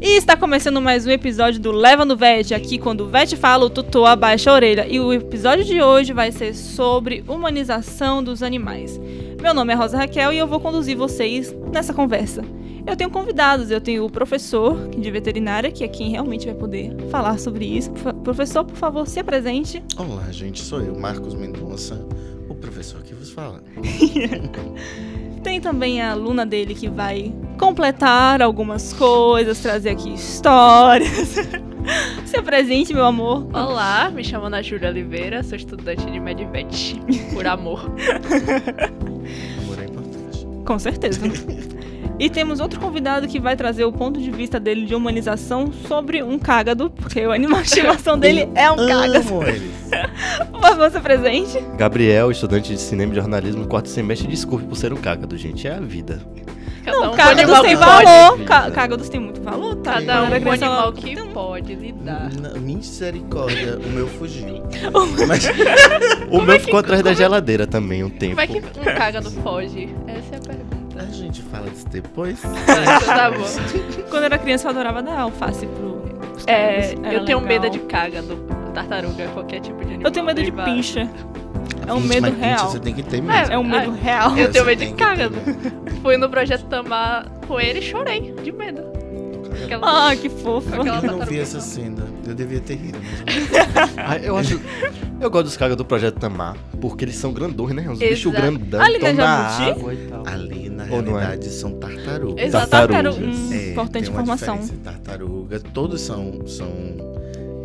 E está começando mais um episódio do Leva no Vet. Aqui, quando o Vet fala, o tutor abaixa a orelha. E o episódio de hoje vai ser sobre humanização dos animais. Meu nome é Rosa Raquel e eu vou conduzir vocês nessa conversa. Eu tenho convidados, eu tenho o professor de veterinária, que é quem realmente vai poder falar sobre isso. Prof- Professor, por favor, se apresente. Olá, gente, sou eu, Marcos Mendonça, o professor que vos fala. Tem também a aluna dele que vai completar algumas coisas, trazer aqui histórias. Se apresente, meu amor. Olá, me chamo Ana Júlia Oliveira, sou estudante de Medvet, por amor. Amor é importante. Com certeza. E temos outro convidado que vai trazer o ponto de vista dele de humanização sobre um cágado, porque o animal de estimação dele é Ah. um cágado. Amo ele. Por favor, é se apresente. Gabriel, estudante de cinema e jornalismo, quarto semestre, desculpe por ser um cágado, gente, é a vida. Cada Não, um cágados com o têm animal pode- valor. vida. Cá- Cágados têm muito valor, tá? Cada um Para com o criança, animal que então, pode lidar. Na- Misericórdia, o meu fugiu. Mas O meu ficou atrás da geladeira também um tempo. Como é que um cagado foge? Essa é a pergunta. a gente fala disso depois. Ah, então tá bom. Quando eu era criança, eu adorava dar alface pro. pros É, cágados. Era eu tenho legal. medo de cagado, tartaruga, qualquer tipo de animal. Eu tenho medo de viva. pincha. É um Gente, medo mas, gente, real. Você tem que ter medo. É um medo Ai. real. Eu tenho Você medo de tem né? que ter cágado. medo. Fui no projeto Tamar com ele e chorei, de medo. Aquela... Ah, que fofo. Aquela- Eu não vi tartaruga, essa não. cena. Eu devia ter rido. mas- Ah, eu acho. Eu gosto dos cágados do Projeto Tamar, porque eles são grandões, né? Uns bichos Exato. grandão, Ali tão na na Jabuti? água e tal. Ali, na Ou não é? realidade, são tartarugas. Tá Exato. Tartarugas. Hum, É, importante tem uma informação. diferença. Tartaruga, todos são, são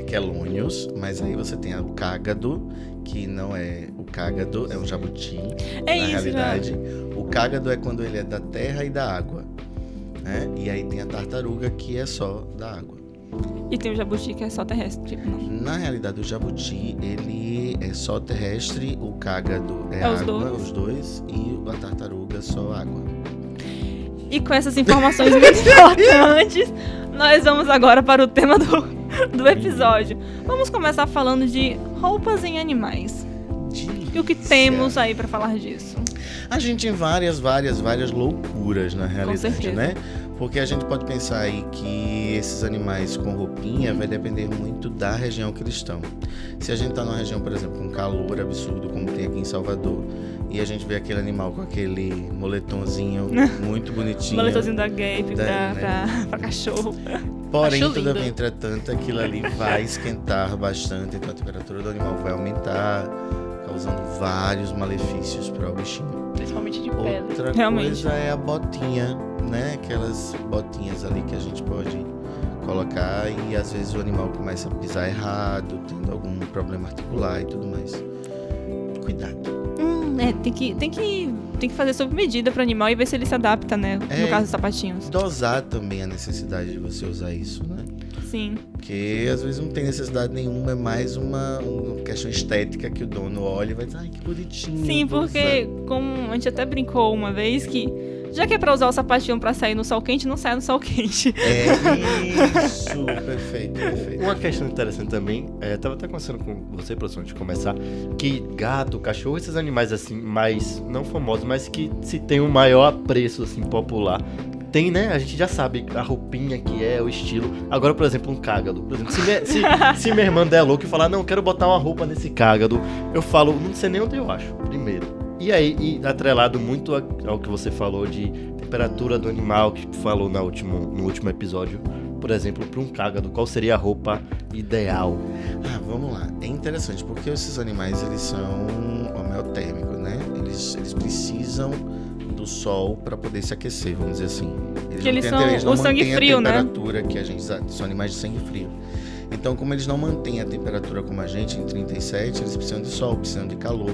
quelônios, mas aí você tem o cágado, que não é o cágado, é um jabuti, É na isso, já. realidade. O cágado é quando ele é da terra e da água, né? E aí tem a tartaruga, que é só da água. E tem o jabuti que é só terrestre. Tipo, não. Na realidade, o jabuti, ele é só terrestre, o cágado é, É os água, dois. os dois, e a tartaruga só água. E com essas informações muito importantes, nós vamos agora para o tema do, do episódio. Vamos começar falando de roupas em animais. E o que temos aí pra falar disso? A gente tem várias, várias, várias loucuras na realidade, certeza. né? Porque a gente pode pensar aí que esses animais com roupinha vai depender muito da região que eles estão. Se a gente tá numa região, por exemplo, com calor absurdo, como tem aqui em Salvador, e a gente vê aquele animal com aquele moletomzinho muito bonitinho. Moletorzinho da Gabe Daí, pra, né? pra- pra cachorro. Porém, Acho todavia, lindo. entretanto, aquilo ali vai esquentar bastante, então a temperatura do animal vai aumentar, causando vários malefícios para o bichinho. Ah. Principalmente de pele. Outra Realmente. coisa é a botinha, né? Aquelas botinhas ali que a gente pode colocar e às vezes o animal começa a pisar errado, tendo algum problema articular e tudo mais. Cuidado. Hum, é, tem que, tem, que, tem que fazer sob medida pro animal e ver se ele se adapta, né? No É. caso dos sapatinhos. Dosar também a necessidade de você usar isso, né? Sim. Porque às vezes não tem necessidade nenhuma, é mais uma, uma questão estética que o dono olha e vai dizer, ai que bonitinho. Sim, vou usar." porque como a gente até brincou uma vez que já que é pra usar o sapatinho pra sair no sol quente, não sai no sol quente. É isso, perfeito, perfeito. Uma questão interessante também, é, tava até conversando com você, professor, antes de começar, que gato, cachorro, esses animais assim, mais, não famosos, mas que se tem um maior apreço, assim, popular. Tem, né? A gente já sabe a roupinha que é, o estilo. Agora, por exemplo, um cágado. Por exemplo, se, minha- se- se minha irmã der louco e falar, não, eu quero botar uma roupa nesse cágado, eu falo, não sei nem onde eu acho, primeiro. E aí, e atrelado muito a- ao que você falou de temperatura do animal, que falou na último, no último episódio, por exemplo, para um cágado, qual seria a roupa ideal? Ah, vamos lá. É interessante porque esses animais eles são homeotérmicos, né? Eles, eles precisam do sol para poder se aquecer, vamos dizer assim. Eles, eles têm- são o sangue mantêm frio, a né? temperatura que a gente exato, são animais de sangue frio. Então, como eles não mantêm a temperatura como a gente em 37, eles precisam de sol, precisam de calor.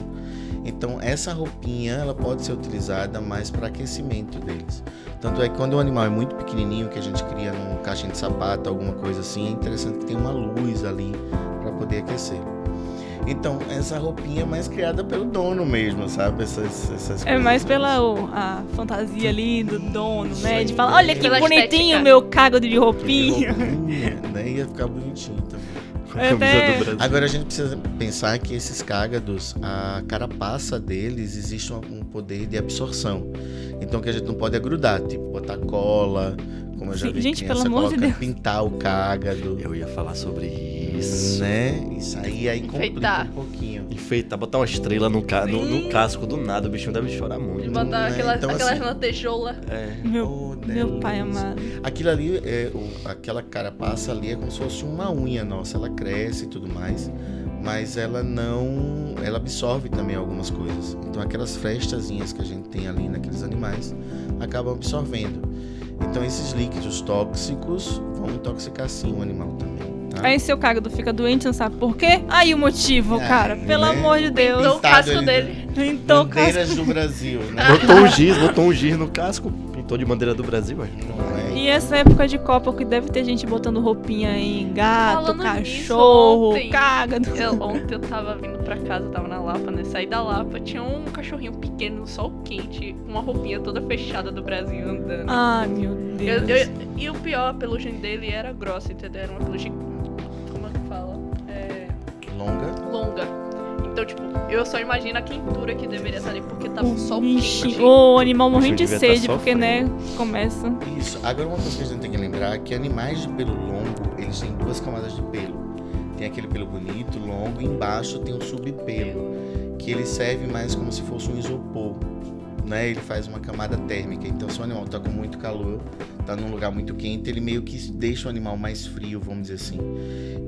Então, essa roupinha ela pode ser utilizada mais para aquecimento deles. Tanto é que quando o animal é muito pequenininho, que a gente cria num caixinha de sapato, alguma coisa assim, é interessante que tem uma luz ali para poder aquecer. Então, essa roupinha é mais criada pelo dono mesmo, sabe? Essas, essas É coisas assim. mais pela o- a fantasia ali do dono, né? De falar, olha que Pela bonitinho estética. meu cago de De roupinha. roupinha, né? Ia ficar bonitinho também. com a É, Eu camisa até- do Brasil. Agora a gente precisa pensar que esses cágados, a carapaça deles existe um- um poder de absorção. Então que a gente não pode agrudar, tipo botar cola, como eu já Sim, vi gente, pelo criança amor de Deus. coloca, pintar o cágado, Eu ia falar sobre isso. né? Isso aí aí complica Enfeitar. um pouquinho. Enfeitar, botar uma estrela no, ca... no, no Sim. casco do nada, o bichinho deve chorar De muito. botar né? aquelas, Então, aquelas assim- lantejoulas. É. Meu, Oh, meu pai Deus. amado. Aquilo ali, é, o- aquela carapaça ali é como se fosse uma unha nossa, ela cresce e tudo mais, mas ela não. Ela absorve também algumas coisas. Então aquelas frestazinhas que a gente tem ali naqueles animais acabam absorvendo. Então esses líquidos tóxicos vão intoxicar sim o animal também. Tá? Aí seu cágado fica doente, não sabe por quê? Aí o motivo, Ah, cara. né? Pelo amor de Deus. Pintou Então, o Pintado casco ele- dele. Ah. Então, cara. Bandeiras do Brasil, né? Botou um giz, botou um giz no casco, pintou de bandeira do Brasil, ué. Não é? E essa época de Copa que deve ter gente botando roupinha em gato, Falando nisso, cachorro, ontem- cágado. Eu, ontem eu tava vindo pra casa, tava na Lapa, né? Saí da Lapa, tinha um cachorrinho pequeno no sol quente, com uma roupinha toda fechada do Brasil andando. Ai, meu Eu- Deus. eu- e o pior, a pelugem dele era grossa, entendeu? Era uma pelugem. Como é que fala? É, Longa. longa. Então, tipo, eu só imagino a quentura que deveria estar ali, porque tava um O sol bichinho, quente. o animal morrendo de Bicho devia tá sede, porque, né, começa. Isso. Agora uma coisa que a gente tem que lembrar é que animais de pelo longo, eles têm duas camadas de pelo. Tem aquele pelo bonito, longo, e embaixo tem um subpelo, que ele serve mais como se fosse um isopor. Né? Ele faz uma camada térmica. Então, se o animal está com muito calor, está num lugar muito quente, ele meio que deixa o animal mais frio, vamos dizer assim.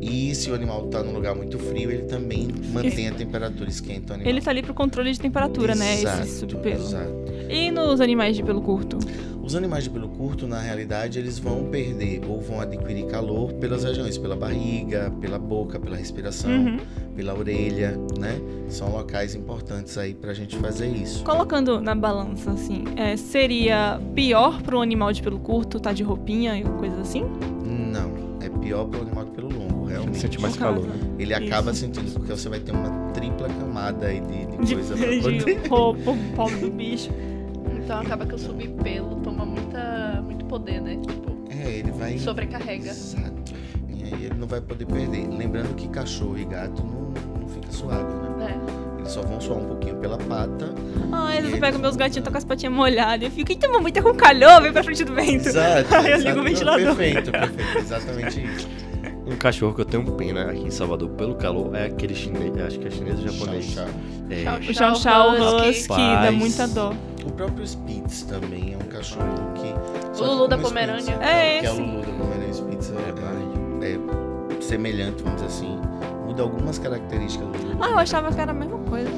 E se o animal está num lugar muito frio, ele também mantém a temperatura esquenta o animal. Ele tá ali pro controle de temperatura, né, esse subpelo. Exato. E nos animais de pelo curto? Os animais de pelo curto, na realidade, eles vão perder ou vão adquirir calor pelas regiões, pela barriga, pela boca, pela respiração, Uhum. pela orelha, né? São locais importantes aí pra gente fazer isso. Colocando na balança, assim, é, seria pior pro animal de pelo curto tá de roupinha e coisa assim? Não, é pior pro animal de pelo longo, realmente. Sente mais No calor, caso. né? Ele acaba sentindo, porque você vai ter uma tripla camada aí de, de De, coisa pra poder. de roupa, pobre do bicho. Então acaba que eu subi pelo, toma muita, muito poder, né? Tipo, É, ele vai. sobrecarrega. Exato. E aí ele não vai poder perder. Lembrando que cachorro e gato não, não fica suado, né? É. Eles só vão suar um pouquinho pela pata Ai, Ah, às vezes eu Eles pego meus vão gatinhos, andando. tô com as patinhas molhadas. Eu fico, eita, mamãe, tá com calor, vem pra frente do vento. Exato. Aí eu exato. ligo o Não, ventilador. Perfeito, perfeito. Exatamente isso. Um cachorro que eu tenho pena aqui em Salvador pelo calor é aquele chinês, acho que é chinês ou japonês. Chá, chá. É, Chau, O Chow Chow Husky. Husky, dá Paz. muita dó. O próprio Spitz também é um cachorro que. só que Lulu da como Pomerânia. Spitz, É que é o esse. Lulu da Pomerânia. O Spitz é, é, é semelhante, vamos dizer assim. Muda algumas características do Lulu. Ah, eu achava que era a mesma coisa.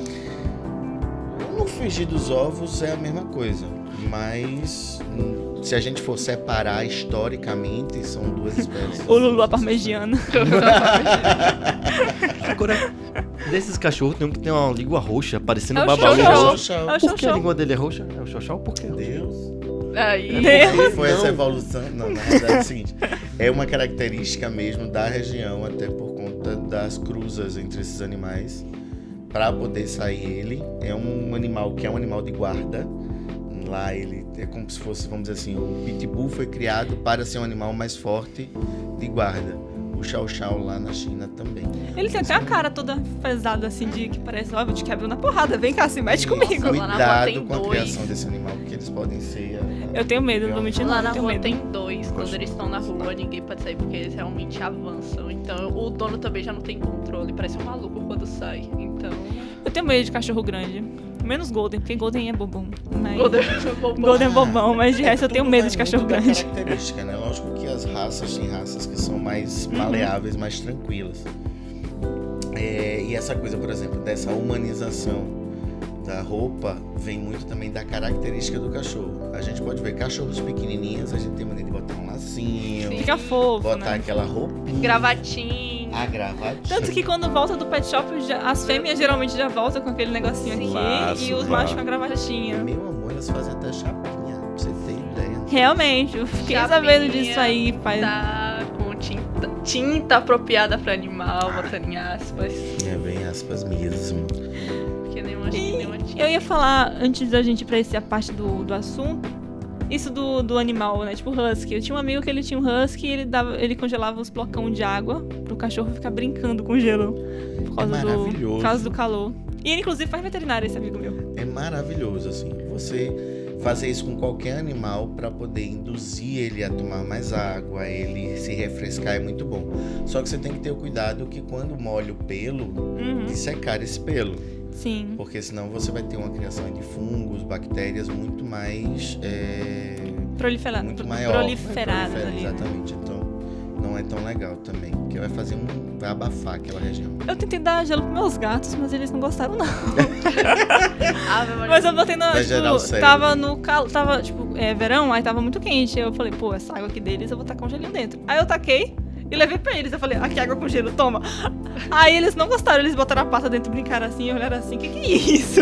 No frigir dos ovos é a mesma coisa, mas. hum, Se a gente for separar historicamente, são duas espécies. O Lulu a parmegiana. Agora, desses cachorros tem um que tem uma língua roxa, parecendo É um o babalu. xoxó. É o Por Chow que a Chow. língua dele é roxa? É o xoxó? Por quê? Deus. Aí. Né? Por que foi Não. essa evolução? Não, na verdade é o seguinte: é uma característica mesmo da região, até por conta das cruzas entre esses animais. Para poder sair ele, é um animal que é um animal de guarda. Lá ele é como se fosse, vamos dizer assim, o pitbull foi criado para ser um animal mais forte de guarda. O chau chau lá na China também. Ele tem até uma cara toda pesada, assim, de que parece, ó, eu te quebro na porrada, vem cá, se mexe comigo. Nossa, lá na rua Cuidado tem com a dois. criação desse animal, porque eles podem ser. ah, Eu tenho medo, não vou mentir, Lá não, na Tipo, eu tenho rua medo. tem dois. Quando eles estão na rua, ninguém pode sair porque eles realmente avançam. Então o dono também já não tem controle. Parece um maluco quando sai. Então. Eu tenho medo de cachorro grande. Menos Golden, porque Golden é bobão. Mas... Golden, Golden é bobão, mas de resto eu tudo tenho medo vai de cachorro muito da grande. característica, né? Lógico que as raças têm raças que são mais Uhum. maleáveis, mais tranquilas. É, e essa coisa, por exemplo, dessa humanização da roupa vem muito também da característica do cachorro. A gente pode ver cachorros pequenininhos, a gente tem maneira de botar um lacinho, Sim. Fica fofo, botar né? aquela roupinha, gravatinho. a gravatinha. Tanto que quando volta do pet shop, já- as fêmeas geralmente já voltam com aquele negocinho aqui Laço, e os tá. machos com a gravatinha. Meu amor, elas fazem até chapinha, pra você ter ideia. Realmente, eu fiquei Chapinha, sabendo disso aí, pai. Tá com tinta, tinta apropriada pra animal, botando em aspas. É bem aspas mesmo. Porque nenhuma, Ih, nenhuma tinta. Eu ia falar, antes da gente ir pra essa parte do, do assunto, isso do, do animal, né? Tipo husky. Eu tinha um amigo que ele tinha um husky e ele, dava, ele congelava os blocão de água pro cachorro fica brincando com gelo. Por É causa do, maravilhoso. por causa do calor. E ele, inclusive, faz veterinária, esse amigo meu. É maravilhoso, assim. Você fazer isso com qualquer animal para poder induzir ele a tomar mais água, ele se refrescar é muito bom. Só que você tem que ter o cuidado que quando molha o pelo, Uhum. de secar esse pelo. Sim. Porque senão você vai ter uma criação de fungos, bactérias muito mais. é, Prolifera... muito pro- maior. proliferadas Prolifera, ali. né? Exatamente. Então não é tão legal também. Porque vai fazer um. vai abafar aquela região. Eu tentei dar gelo pros meus gatos, mas eles não gostaram, não. Ah, meu Mas eu botei na. Vai gerar o Tipo, cérebro. tava no calor. Tava, tipo, é, verão, aí tava muito quente. Eu falei, pô, essa água aqui deles eu vou tacar um gelinho dentro. Aí eu taquei e levei pra eles. Eu falei, aqui água com gelo, toma. Aí eles não gostaram, eles botaram a pata dentro, brincaram assim, olharam assim, que que é isso?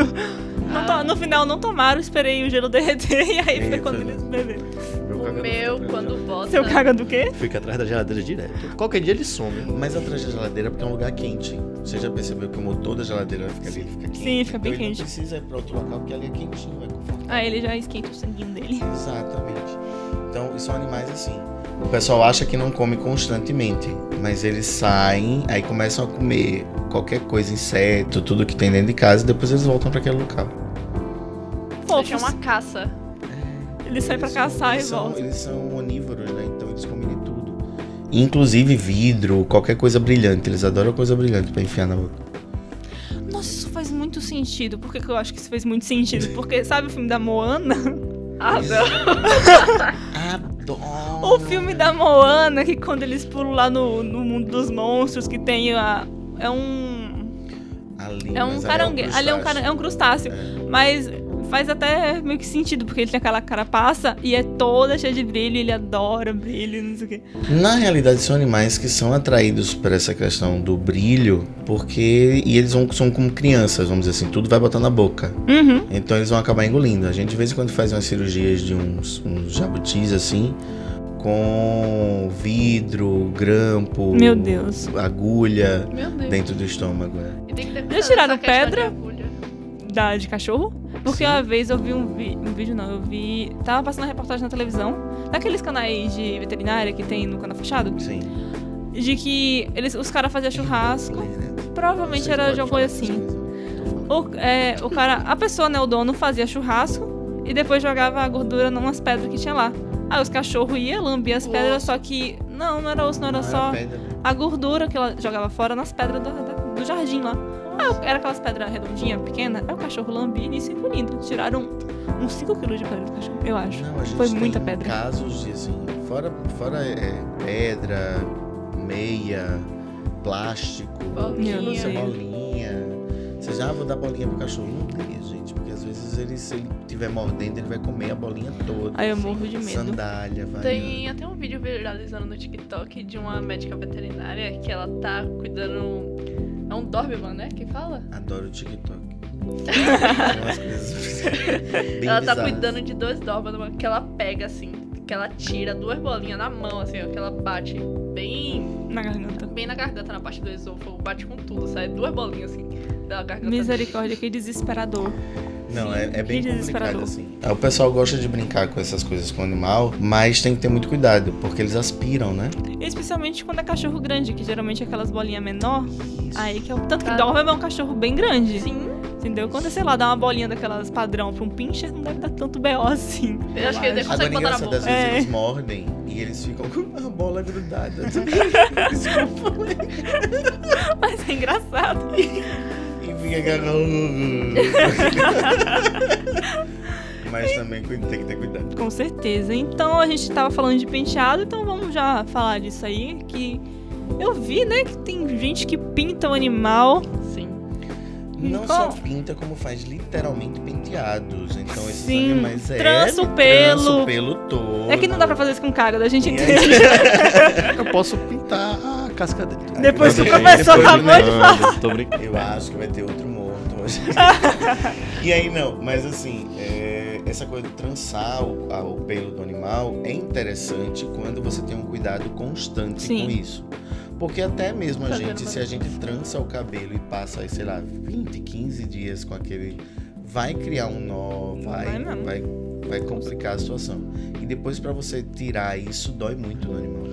Não to- no final não tomaram, esperei o gelo derreter e aí foi Ah. Eita. né? quando eles beberam. O cagador meu, fica quando bota. Seu caga do quê? atrás- Fica atrás da geladeira direto. Qualquer dia ele some. Mas atrás da geladeira é porque é um lugar quente. Você já percebeu que o motor da geladeira fica ali, ele fica quente. Sim, fica bem então ele quente. Não precisa ir para outro local porque ali é quentinho, é confortável. Aí Ah, ele já esquenta o sanguinho dele. Exatamente. Então, e são animais assim. O pessoal acha que não come constantemente, mas eles saem, aí começam a comer qualquer coisa, inseto, tudo que tem dentro de casa, e depois eles voltam para aquele local. Isso é Fofos. uma caça. Eles saem pra são- caçar e eles são- voltam. Eles são onívoros, né? Então eles comem de tudo. Inclusive vidro, qualquer coisa brilhante. Eles adoram coisa brilhante para enfiar na boca. Nossa, isso faz muito sentido. Por que, que eu acho que isso fez muito sentido? Porque sabe o filme da Moana? Ah, não. Adoro! O filme da Moana, que quando eles pulam lá no, no mundo dos monstros, que tem a. É um. Ali, É um mas caranguejo. Ali é um, cara- é um crustáceo. Mas faz até meio que sentido, porque ele tem aquela carapaça e é toda cheia de brilho, e ele adora brilho, não sei o quê. Na realidade, são animais que são atraídos por essa questão do brilho, porque. E eles vão, são como crianças, vamos dizer assim, tudo vai botar na boca. Uhum. Então eles vão acabar engolindo. A gente de vez em quando faz umas cirurgias de uns, uns jabutis assim, com vidro, grampo, Meu Deus. agulha Meu Deus. dentro do estômago. é. E tem que ter cuidado Já tiraram nessa questão pedra? de agulha. Da, de cachorro? Porque Sim. uma vez eu vi um, vi um vídeo, não, eu vi. Tava passando uma reportagem na televisão, daqueles canais de veterinária que tem no canal fechado, Sim. de que eles, os caras faziam churrasco. Provavelmente Vocês era de podem alguma coisa falar assim. essas coisas. O, é, o cara, a pessoa, né, o dono, fazia churrasco e depois jogava a gordura numas pedras que tinha lá. Aí os cachorros iam, lambiam as pedras, só que. Não, não era osso, não era Ah, só pedra. a gordura que ela jogava fora nas pedras do, da- do jardim lá. Aí o- era aquelas pedras redondinhas, pequenas. Aí o cachorro lambia e nisso engolindo. Tiraram um, uns 5 quilos de pedra do cachorro, eu acho. Não, a gente Foi tem muita pedra. casos de assim, fora, fora é, pedra, meia, plástico, Bolinha. Meu Deus. bolinha. Você já "Ah, vou dar bolinha pro cachorro? Não dê, gente, porque às vezes ele, se ele tiver mordendo, ele vai comer a bolinha toda. Aí eu morro de medo. Sandália, vai. Tem até um vídeo viralizando no TikTok de uma médica veterinária que ela tá cuidando. É um Doberman, né? Que fala? Adoro o TikTok. Tem umas coisas bem ela tá bizarras. cuidando de dois Doberman que ela pega assim, que ela tira duas bolinhas na mão, assim, ó, que ela bate bem, Na garganta. bem na garganta, na parte do esôfago, bate com tudo, sai duas bolinhas assim da garganta. Misericórdia, que desesperador. Não, é, é bem que complicado desesperador. assim. O pessoal gosta de brincar com essas coisas com o animal, mas tem que ter muito cuidado, porque eles aspiram, né? Especialmente quando é cachorro grande, que geralmente é aquelas bolinhas menor. Aí que é o tanto que Ah. Doberman é um cachorro bem grande. Sim, Entendeu? Quando, sei lá, dá uma bolinha daquelas padrão pra um pincher, não deve dar tanto BO assim. eu acho que ele Agora, consegue botar na engraçado, boca. às vezes É. eles mordem e eles ficam com a bola grudada. Desculpa. Mas é engraçado. E fica com- Mas também cu- tem que ter cuidado. Com certeza. Então a gente tava falando de penteado, então vamos já falar disso aí. Que eu vi, né, que tem gente que pinta o animal. Sim. Não Qual? só pinta, como faz literalmente penteados. Então esses Sim, animais é. trança o Trança pelo. o pelo todo. É que não dá pra fazer isso com caga, da gente E aí- entende. É Eu posso pintar a casca dele. Depois que o professor né? acabou de falar. Tô brincando. Eu acho que vai ter outro morto hoje. e aí, não, mas assim, é, essa coisa de trançar o, a- o pelo do animal é interessante quando você tem um cuidado constante Sim. com isso. Porque até mesmo a Fazer gente, uma- se a gente trança o cabelo e passa, aí, sei lá, 20, 15 dias com aquele. Vai criar um nó, vai, vai mesmo. vai, vai complicar a situação. E depois, pra você tirar isso, dói muito no animal.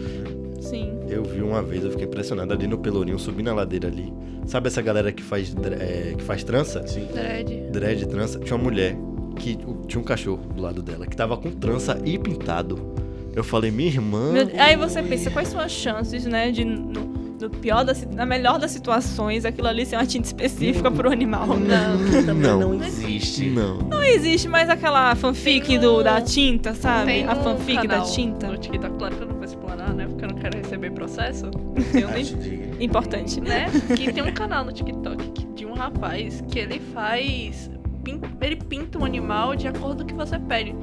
Sim. Eu vi uma vez, eu fiquei impressionado ali no Pelourinho, subindo a ladeira ali. Sabe essa galera que faz, dre- é, que faz trança? Sim. Dread. Dread, trança. Tinha uma mulher que o- tinha um cachorro do lado dela, que tava com trança e pintado. Eu falei, minha irmã. Meu- aí você pensa, quais são as chances, né, de no, no pior da, si- na melhor das situações, aquilo ali ser uma tinta específica pro animal. Não, Não. não existe. Não. Não existe mais aquela fanfic do, da tinta, sabe? Tem a um fanfic da canal tinta. No TikTok, claro que eu não vou explorar, né? Porque eu não quero receber processo. Eu Ah, nem te digo. Importante. né? Que tem um canal no TikTok que- de um rapaz que ele faz. pin- Ele pinta um animal de acordo com o que você pede.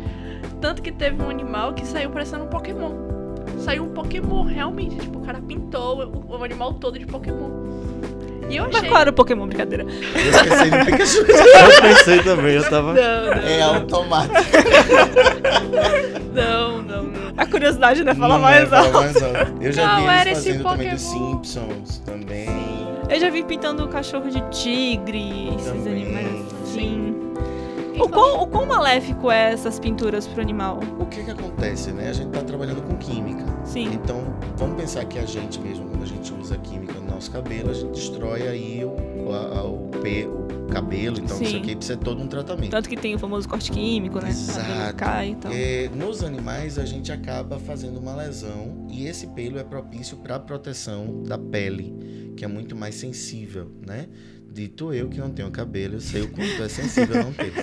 Tanto que teve um animal que saiu parecendo um Pokémon. Saiu um Pokémon, realmente. Tipo, o cara pintou o, o animal todo de Pokémon. E eu Mas achei. qual era o Pokémon, brincadeira? Eu esqueci do Pikachu. Eu pensei também, eu tava. É automático. Não, não, não. A curiosidade, né? Fala Não, é, mais fala alto. mais alto. Eu já Não, vi eles era esse fazendo também dos Pokémon. Simpsons também. Eu já vi pintando o cachorro de tigre, esses Também. animais. Sim. O Então, quão, o quão maléfico é essas pinturas pro animal? O que que acontece, né? A gente tá trabalhando com química. Sim. Então, vamos pensar que a gente mesmo, quando a gente usa química no nosso cabelo, a gente destrói aí o, a- a- o, pe- o cabelo, então Sim. isso aqui precisa de todo um tratamento. Tanto que tem o famoso corte químico, né? Exato. Cai e tal. É, nos animais, a gente acaba fazendo uma lesão e esse pelo é propício para a proteção da pele, que é muito mais sensível, né? Dito eu que não tenho cabelo, eu sei o quanto é sensível não ter.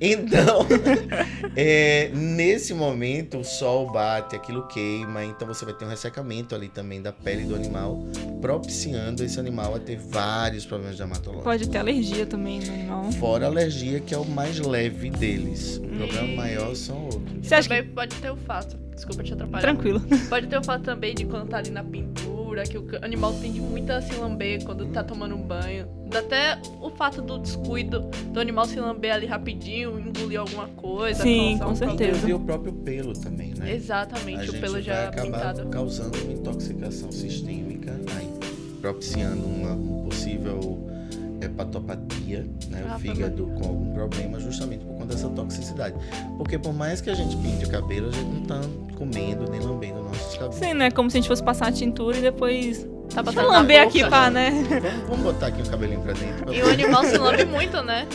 Então, é, nesse momento, o sol bate, aquilo queima, então você vai ter um ressecamento ali também da pele do animal, propiciando esse animal a ter vários problemas dermatológicos. Pode ter alergia também no animal. Fora a alergia, que é o mais leve deles. O problema Hum. maior são outros. Você acha que. também pode ter o fato. Desculpa te atrapalhar. Tranquilo. Pode ter o fato também de quando tá ali na pintura, que o animal tende muito a se lamber quando tá tomando um banho. Dá até o fato do descuido do animal se lamber ali rapidinho, engolir alguma coisa. Sim, causar com um certeza. Inclusive o próprio pelo também, problema. né? A Exatamente, gente o pelo já vai acabar pintado. causando uma intoxicação sistêmica, aí propiciando uma um possível hepatopatia, né? Ah, o fígado com algum problema, justamente por conta dessa toxicidade. Porque por mais que a gente pinte o cabelo, a gente não tá comendo nem lambendo nossos cabelos. Sim, né? Como se a gente fosse passar a tintura e depois. Tá Deixa batendo eu na lamber bolsa. aqui pá, né? Vamos, vamos botar aqui o cabelinho pra dentro. pra E ver. o animal se lambe muito, né?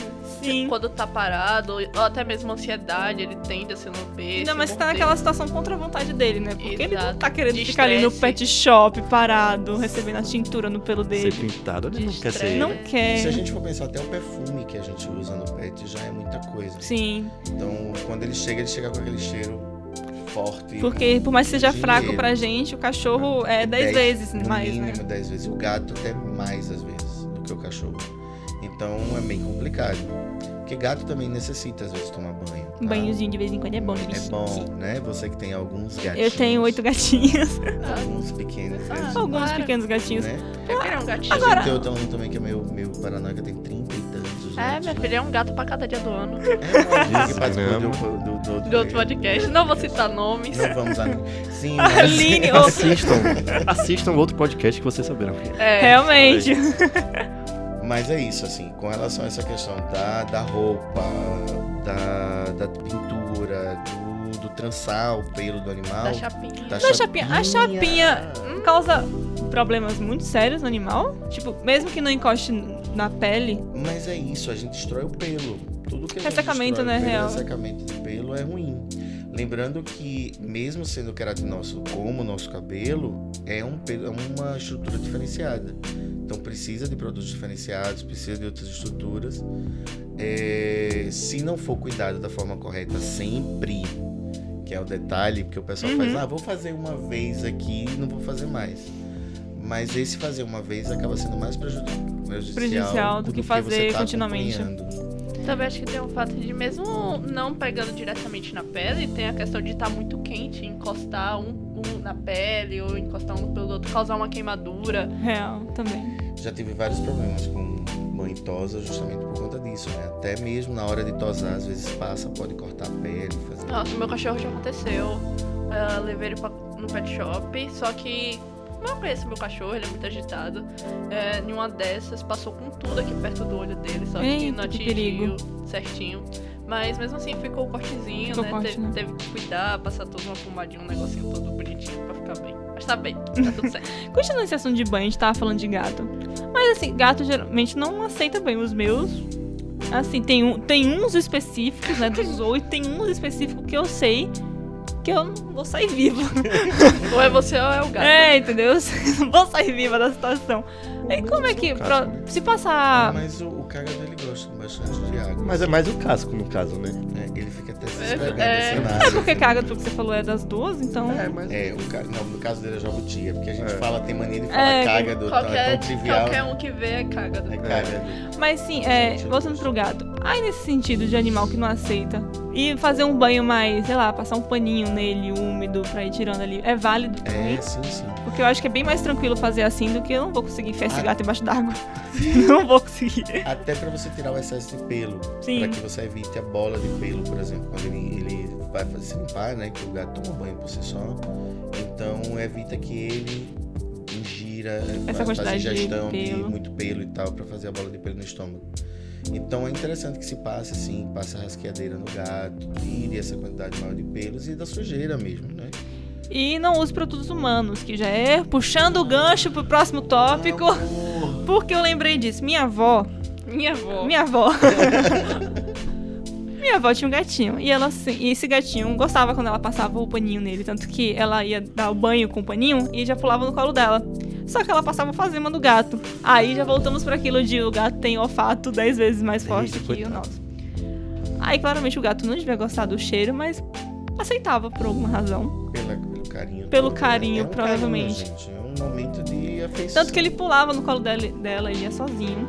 Sim. Quando tá parado, ou até mesmo ansiedade, ele tende a se lamber. Ainda se mais se tá morder. naquela situação contra a vontade dele, né? Porque ele não Exato. tá querendo De ficar ali no estresse. pet shop parado, recebendo a tintura no pelo Ser dele. pintado, ele não De quer ser. estresse. Não Se quer. é. a gente for pensar até o perfume que a gente usa no pet já é muita coisa. Sim. Então, quando ele chega, ele chega com aquele cheiro forte. Porque por mais que seja Dinheiro. fraco pra gente, o cachorro é 10 vezes no mais, né? mínimo 10 vezes. O gato até mais às vezes do que o cachorro. Então é bem complicado. Porque gato também necessita às vezes tomar banho. tá? Um banhozinho de vez em quando é bom, né, É bichinho? bom, né? Você que tem alguns gatinhos. Eu tenho oito gatinhas, Alguns pequenos. né? Ah, alguns Para. pequenos gatinhos. Né? Eu queria um gatinho. A Agora- gente tem outro aluno também que é meu, meu paranoica, tem 30 e tantos. É, minha gatos, filha, é um gato pra cada dia do ano. né? É, meu filho que Isso, participou né? do, do, do, Do outro podcast. Não vou citar nomes. Não vamos lá. Sim, Aline, ô, Assistam, assistam outro podcast que vocês saberão. É. realmente. Mas é isso, assim, com relação a essa questão da, da roupa, da, da pintura, do, do trançar o pelo do animal. Da chapinha. Da chapinha. A chapinha causa problemas muito sérios no animal. Tipo, mesmo que não encoste na pele, Mas é isso, a gente destrói o pelo. Tudo que a gente Ressecamento, né, destrói, o pelo, é real. Ressecamento de pelo é ruim. Lembrando que, mesmo sendo queratinócito como o nosso cabelo, é, um, pelo- é uma estrutura diferenciada. Então precisa de produtos diferenciados, precisa de outras estruturas. É, se não for cuidado da forma correta sempre, que é o detalhe, porque o pessoal Uhum. faz, ah, vou fazer uma vez aqui e não vou fazer mais. Mas esse fazer uma vez acaba sendo mais prejudi- prejudicial, Prejudicial do que você fazer tá continuamente. acompanhando. Também acho que tem o fato de, mesmo não pegando diretamente na pele, tem a questão de estar muito quente, encostar um, um na pele ou encostar um no pelo outro, causar uma queimadura. real também. Já tive vários problemas com mãe tosa justamente por conta disso, né? Até mesmo na hora de tosar, às vezes passa, pode cortar a pele, fazer. Nossa, meu cachorro já aconteceu. Ah, levei ele pra- no pet shop, só que não conheço meu cachorro, ele é muito agitado. É, em uma dessas, passou com tudo aqui perto do olho dele, só que Eita, não que atingiu perigo. certinho. Mas mesmo assim ficou o cortezinho, Ficou né? corte, teve, né? teve que cuidar, passar toda uma pomadinha, um negocinho todo bonitinho pra ficar bem. Mas tá bem, tá tudo certo. Continuando esse assunto de banho, a gente tava falando de gato. Mas assim, gato geralmente não aceita banho. Os meus, assim, tem, um, tem uns específicos, né? Dos oito, tem uns específicos que eu sei que eu não vou sair viva. ou é você ou é o gato. É, entendeu? Eu não vou sair viva da situação. E como é que. caso, pro- né? Se passar. Mas o, o caga dele gosta bastante de água. Mas é mais o casco, no caso, né? É, ele fica até se É, esfregando é. assim na É água. porque caga tudo que você falou é das duas, então. mas. É, o ca... não, no caso dele é jabuti, é porque a gente É. fala, tem mania de falar É, caga do tal, é Qualquer, tão trivial. qualquer um que vê é cagado. É É. caga. Mas sim, é, voltando pro gato. Aí nesse sentido de animal que não aceita. E fazer um banho mais, sei lá, passar um paninho nele, úmido, pra ir tirando ali. É válido também. É, sim, sim. Porque eu acho que é bem mais tranquilo fazer assim do que eu não vou conseguir enfiar Ah. esse gato embaixo d'água. não vou conseguir. Até pra você tirar o excesso de pelo. Pra Sim. que você evite a bola de pelo, por exemplo, quando ele, ele vai fazer se limpar, né? Que o gato toma banho por si só. Então evita que ele ingira, Essa fa- faça quantidade de ingestão de, pelo. muito pelo e tal, pra fazer a bola de pelo no estômago. Então é interessante que se passe assim, passe a rasqueadeira no gato, tire essa quantidade maior de pelos e da sujeira mesmo, né? E não use produtos humanos, que já é puxando o gancho pro próximo tópico. Amor. Porque eu lembrei disso. Minha avó Minha avó. Minha avó. Minha avó tinha um gatinho. E, ela, assim, e esse gatinho gostava quando ela passava o paninho nele. Tanto que ela ia dar o banho com o paninho e já pulava no colo dela. Só que ela passava o fazema do gato. Aí já voltamos para aquilo de o gato tem olfato 10 vezes mais forte Eita, que coitado. o nosso. Aí claramente o gato não devia gostar do cheiro, mas aceitava por alguma razão. Pela- pelo carinho. Pelo todo, né? carinho, É um provavelmente. Carinho, gente. É um momento de afeição. Tanto que ele pulava no colo dela, dela e ia sozinho.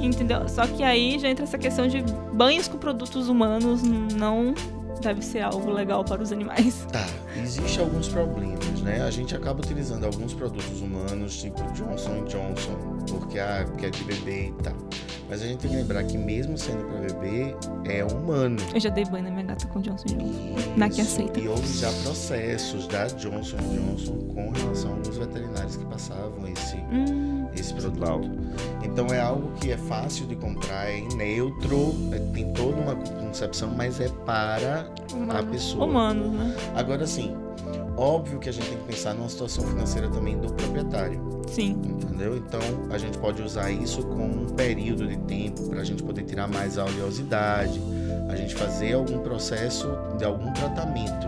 Entendeu? Só que aí já entra essa questão de banhos com produtos humanos não deve ser algo legal para os animais. Tá, existem alguns problemas, né? A gente acaba utilizando alguns produtos humanos, tipo Johnson Johnson, porque, ah, porque é de bebê e tal. Mas a gente tem que lembrar que mesmo sendo pra bebê, é humano. Eu já dei banho na minha gata com Johnson Johnson. Na que Isso. aceita. E houve já processos da Johnson Johnson com relação a alguns veterinários que passavam esse, Hum, esse produto. Então é algo que é fácil de comprar, é neutro, é- tem toda uma concepção, mas é para a Mano, pessoa. humanos, né? Agora sim, óbvio que a gente tem que pensar numa situação financeira também do proprietário, Sim. entendeu? Então a gente pode usar isso como um período de tempo para a gente poder tirar mais a oleosidade, a gente fazer algum processo de algum tratamento.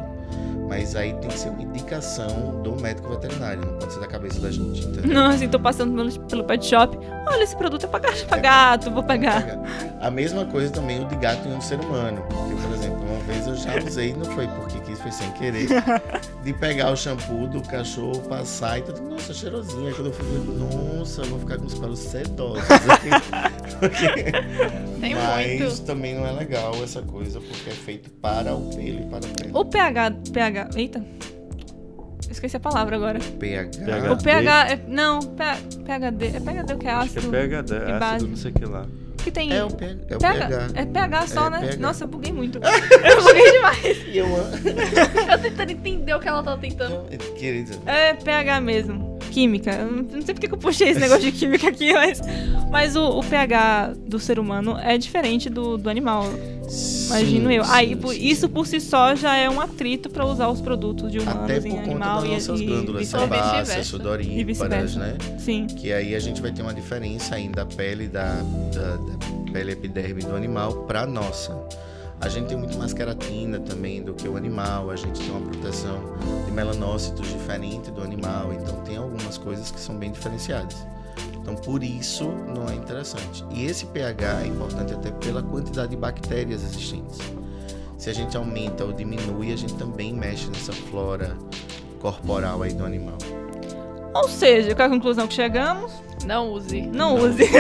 Mas aí tem que ser uma indicação do médico veterinário, não pode ser da cabeça da gente, entendeu? Não, assim, tô passando pelo, pelo pet shop. Olha, esse produto é pra, gato, pra gato, vou pegar. A mesma coisa também o de gato em um ser humano. Eu, por exemplo, uma vez eu já usei, não foi porque quis, foi sem querer, de pegar o shampoo do cachorro, passar e tudo. Nossa, cheirosinho. Aí quando eu fui ver, nossa, eu vou ficar com os pelos sedosos. tem Mas muito. também não é legal essa coisa, porque é feito para o pelo e para a pele. O pH. pH. Eita. Esqueci a palavra agora. pH. O pH. pH. É, não, P- PHD. É PHD o que é Acho que é ácido? PHD, e base. ácido, não sei o que lá. Que tem. É o pH. É o Pega, pH. é PH só, É né? PH. Nossa, eu buguei muito. eu buguei demais. E eu amo. Eu tentando entender o que ela tá tentando. Querida, É PH mesmo. Química. Eu não não sei porque que eu puxei esse negócio de química aqui, mas. Mas o, o pH do ser humano é diferente do, do animal, imagino eu. Aí, por- isso por si só já é um atrito pra usar os produtos de humanos Até por em conta assim, animal das e, nossas e glândulas né? vice-versa. salivares. sebáceas, vice-versa. E sudoríparas, vice-versa. né? Sim. Que aí a gente vai ter uma diferença ainda da pele da, da- da pele epiderme do animal para nossa. A gente tem muito mais queratina também do que o animal, a gente tem uma proteção de melanócitos diferente do animal, então tem algumas coisas que são bem diferenciadas. Então por isso não é interessante. E esse pH é importante até pela quantidade de bactérias existentes. Se a gente aumenta ou diminui, a gente também mexe nessa flora corporal aí do animal. Ou seja, qual é a conclusão que chegamos? Não use. Não, Não. use. Sim.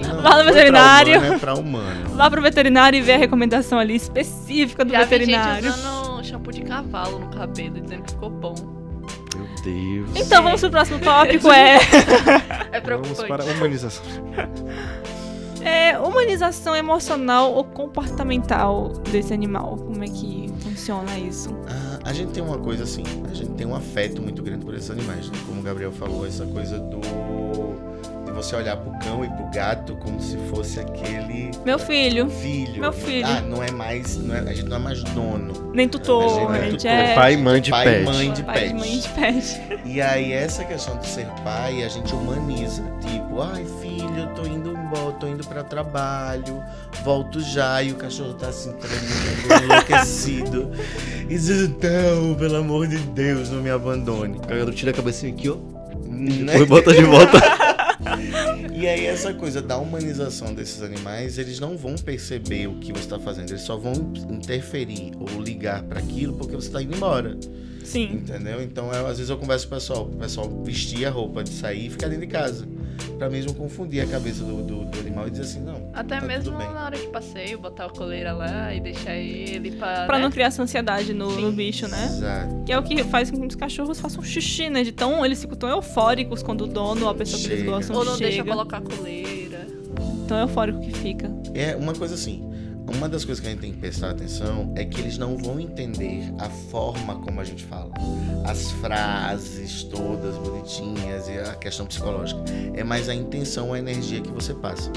Não, Vá no não é pra veterinário. humano, É pra humano. Vá pro veterinário e vê a recomendação ali específica do Já vi gente veterinário. usando shampoo de cavalo no cabelo, e dizendo que ficou bom. Meu Deus. Então vamos pro próximo tópico, é. É Vamos preocupante. para a humanização. É humanização emocional ou comportamental desse animal? Como é que funciona isso? Ah, a gente tem uma coisa assim, a gente tem um afeto muito grande por esses animais, né? Como o Gabriel falou, essa coisa do de você olhar pro cão e pro gato como se fosse aquele Meu filho, filho. meu filho. Ah, não é mais. não é- a gente não é mais dono. nem tutor, A a gente gente não é é. Pai e mãe de pai pet. e mãe de pai, pet. mãe de pet. E aí, essa questão de ser pai, a gente humaniza. Tipo, ai, filho, eu tô indo embora, tô indo pra trabalho, volto já, e o cachorro tá assim, tremendo, enlouquecido. E diz, então, pelo amor de Deus, não me abandone. Cagando, tira a cabecinha aqui, ó. Né? Foi bota de volta. E aí, essa coisa da humanização desses animais, eles não vão perceber o que você tá fazendo, eles só vão interferir ou ligar pra aquilo porque você tá indo embora. Sim. Entendeu? Então, eu- às vezes eu converso com o pessoal, o pessoal vestir a roupa de sair e ficar dentro de casa. Pra mesmo confundir a cabeça do, do, do animal e dizer assim, não. Até tá mesmo tudo bem. na hora de passeio, botar a coleira lá e deixar ele pra. Pra né? não criar essa ansiedade no, no bicho, né? Exato. Que é o que faz com que os cachorros façam xixi, né? De tão, eles ficam tão eufóricos quando o dono ou a pessoa que eles Chega. gostam Ou não deixa um chega. colocar a coleira. Tão eufórico que fica. É uma coisa assim. Uma das coisas que a gente tem que prestar atenção é que eles não vão entender a forma como a gente fala. As frases todas bonitinhas e a questão psicológica. É mais a intenção, a energia que você passa.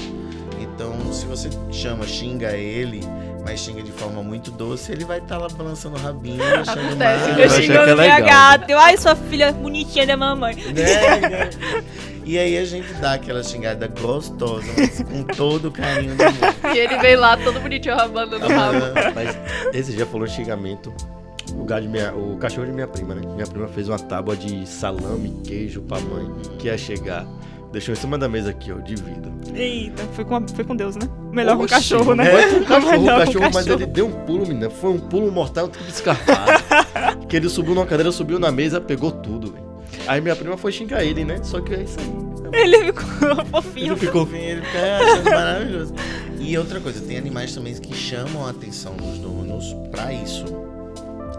Então, se você chama, xinga ele, mas xinga de forma muito doce, ele vai estar lá balançando o rabinho, achando Acontece, mal. eu achei xingando que é minha legal. gata. Eu, Ai, sua filha bonitinha da mamãe. né? E aí a gente dá aquela xingada gostosa, mas com todo o carinho do mundo. tá E ele veio lá todo bonitinho rabando no rabo. Mas esse dia falou xingamento. O, gato de minha- o cachorro de minha prima, né? Minha prima fez uma tábua de salame, queijo pra mãe que ia chegar. Deixou em cima da mesa aqui, ó, de vida. Eita, foi com, a- foi com Deus, né? Melhor com o Oxi, cachorro, né? Foi com o cachorro, o Melhor com o cachorro, mas cachorro. ele deu um pulo, menina. Foi um pulo mortal, tudo escarpado. que ele subiu numa cadeira, subiu na mesa, pegou tudo, velho. Aí minha prima foi xingar ele, né? Só que é isso aí. Ele ficou fofinho. Ele ficou Enfim, ele fica achando é maravilhoso. E outra coisa, tem animais também que chamam a atenção dos donos pra isso.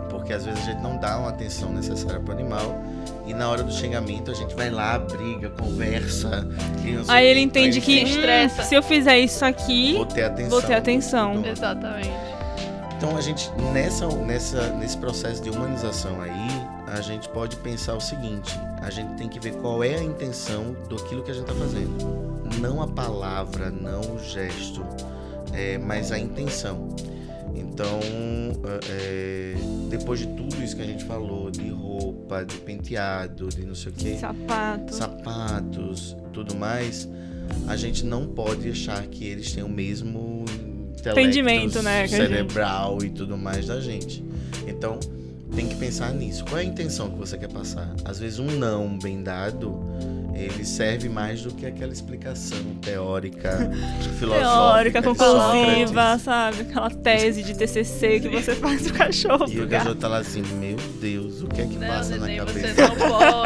Porque às vezes a gente não dá uma atenção necessária pro animal. E na hora do xingamento a gente vai lá, briga, conversa. e não sei Aí o ele quê. Então entende ele que tem hum, estressa. se eu fizer isso que aqui, Vou ter atenção. vou ter atenção. Então, Exatamente. Então a gente nessa, nessa nesse processo de humanização aí, a gente pode pensar o seguinte: a gente tem que ver qual é a intenção do aquilo que a gente está fazendo, não a palavra, não o gesto, é, mas a intenção. Então, é, é, depois de tudo isso que a gente falou, de roupa, de penteado, de não sei o quê, sapato. sapatos, tudo mais, a gente não pode achar que eles têm o mesmo intelecto Entendimento, né, que a gente- cerebral e tudo mais da gente. Então, tem que pensar nisso. Qual é a intenção que você quer passar? Às vezes um não bem dado, ele serve mais do que aquela explicação teórica, filosófica, Teórica, de conclusiva, Sócrates. sabe? Aquela tese de TCC que você faz do cachorro. E o pro gato. cachorro tá lá assim, meu Deus, o que é que Não, passa neném, na você cabeça? não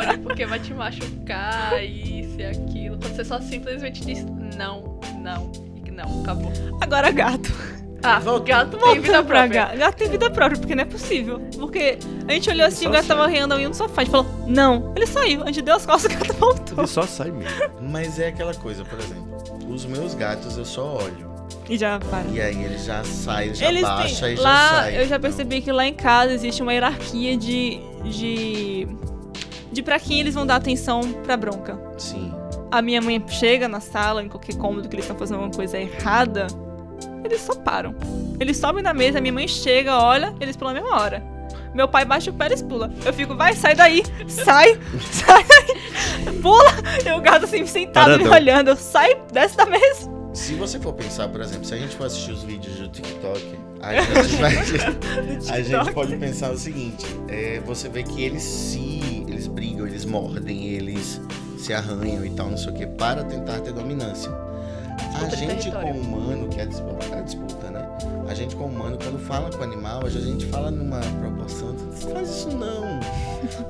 pode, porque vai te machucar, isso e aquilo. Quando você só simplesmente diz não, não, e que não, acabou. Agora gato. Ah, Volta- gato tem vida Voltando pra própria. gato. Gato tem vida própria, porque não é possível. Porque a gente olhou assim, Só o gato sai. tava rindo ali no sofá. A gente falou, não. Ele saiu. A gente deu as costas, o gato voltou. Ele só sai mesmo. Mas é aquela coisa, por exemplo, os meus gatos eu só olho. E já para. E aí ele já sai, ele já Eles baixa têm. e já Lá, sai. eu já então. percebi que lá em casa existe uma hierarquia de. de. de pra quem eles vão dar atenção pra bronca. Sim. A minha mãe chega na sala, em qualquer cômodo que eles estão fazendo alguma coisa errada, eles só param. Eles sobem na mesa, a minha mãe chega, olha, eles pulam na mesma hora. Meu pai baixa o pé, eles pulam. Eu fico, vai, sai daí, sai, sai daí, pula. E o gato assim, sentado, me Paradão. olhando, eu sai, desce da mesa. Se você for pensar, por exemplo, se a gente for assistir os vídeos do TikTok, a gente, vai- a gente pode pensar o seguinte: é, você vê que eles se. eles brigam, eles mordem, eles se arranham e tal, não sei o que, para tentar ter dominância. A Disputa de gente, como território. humano, que é a disputa, a disputa, né? A gente, como humano, quando fala com o animal, às vezes a gente fala numa proporção, "Não faz isso não.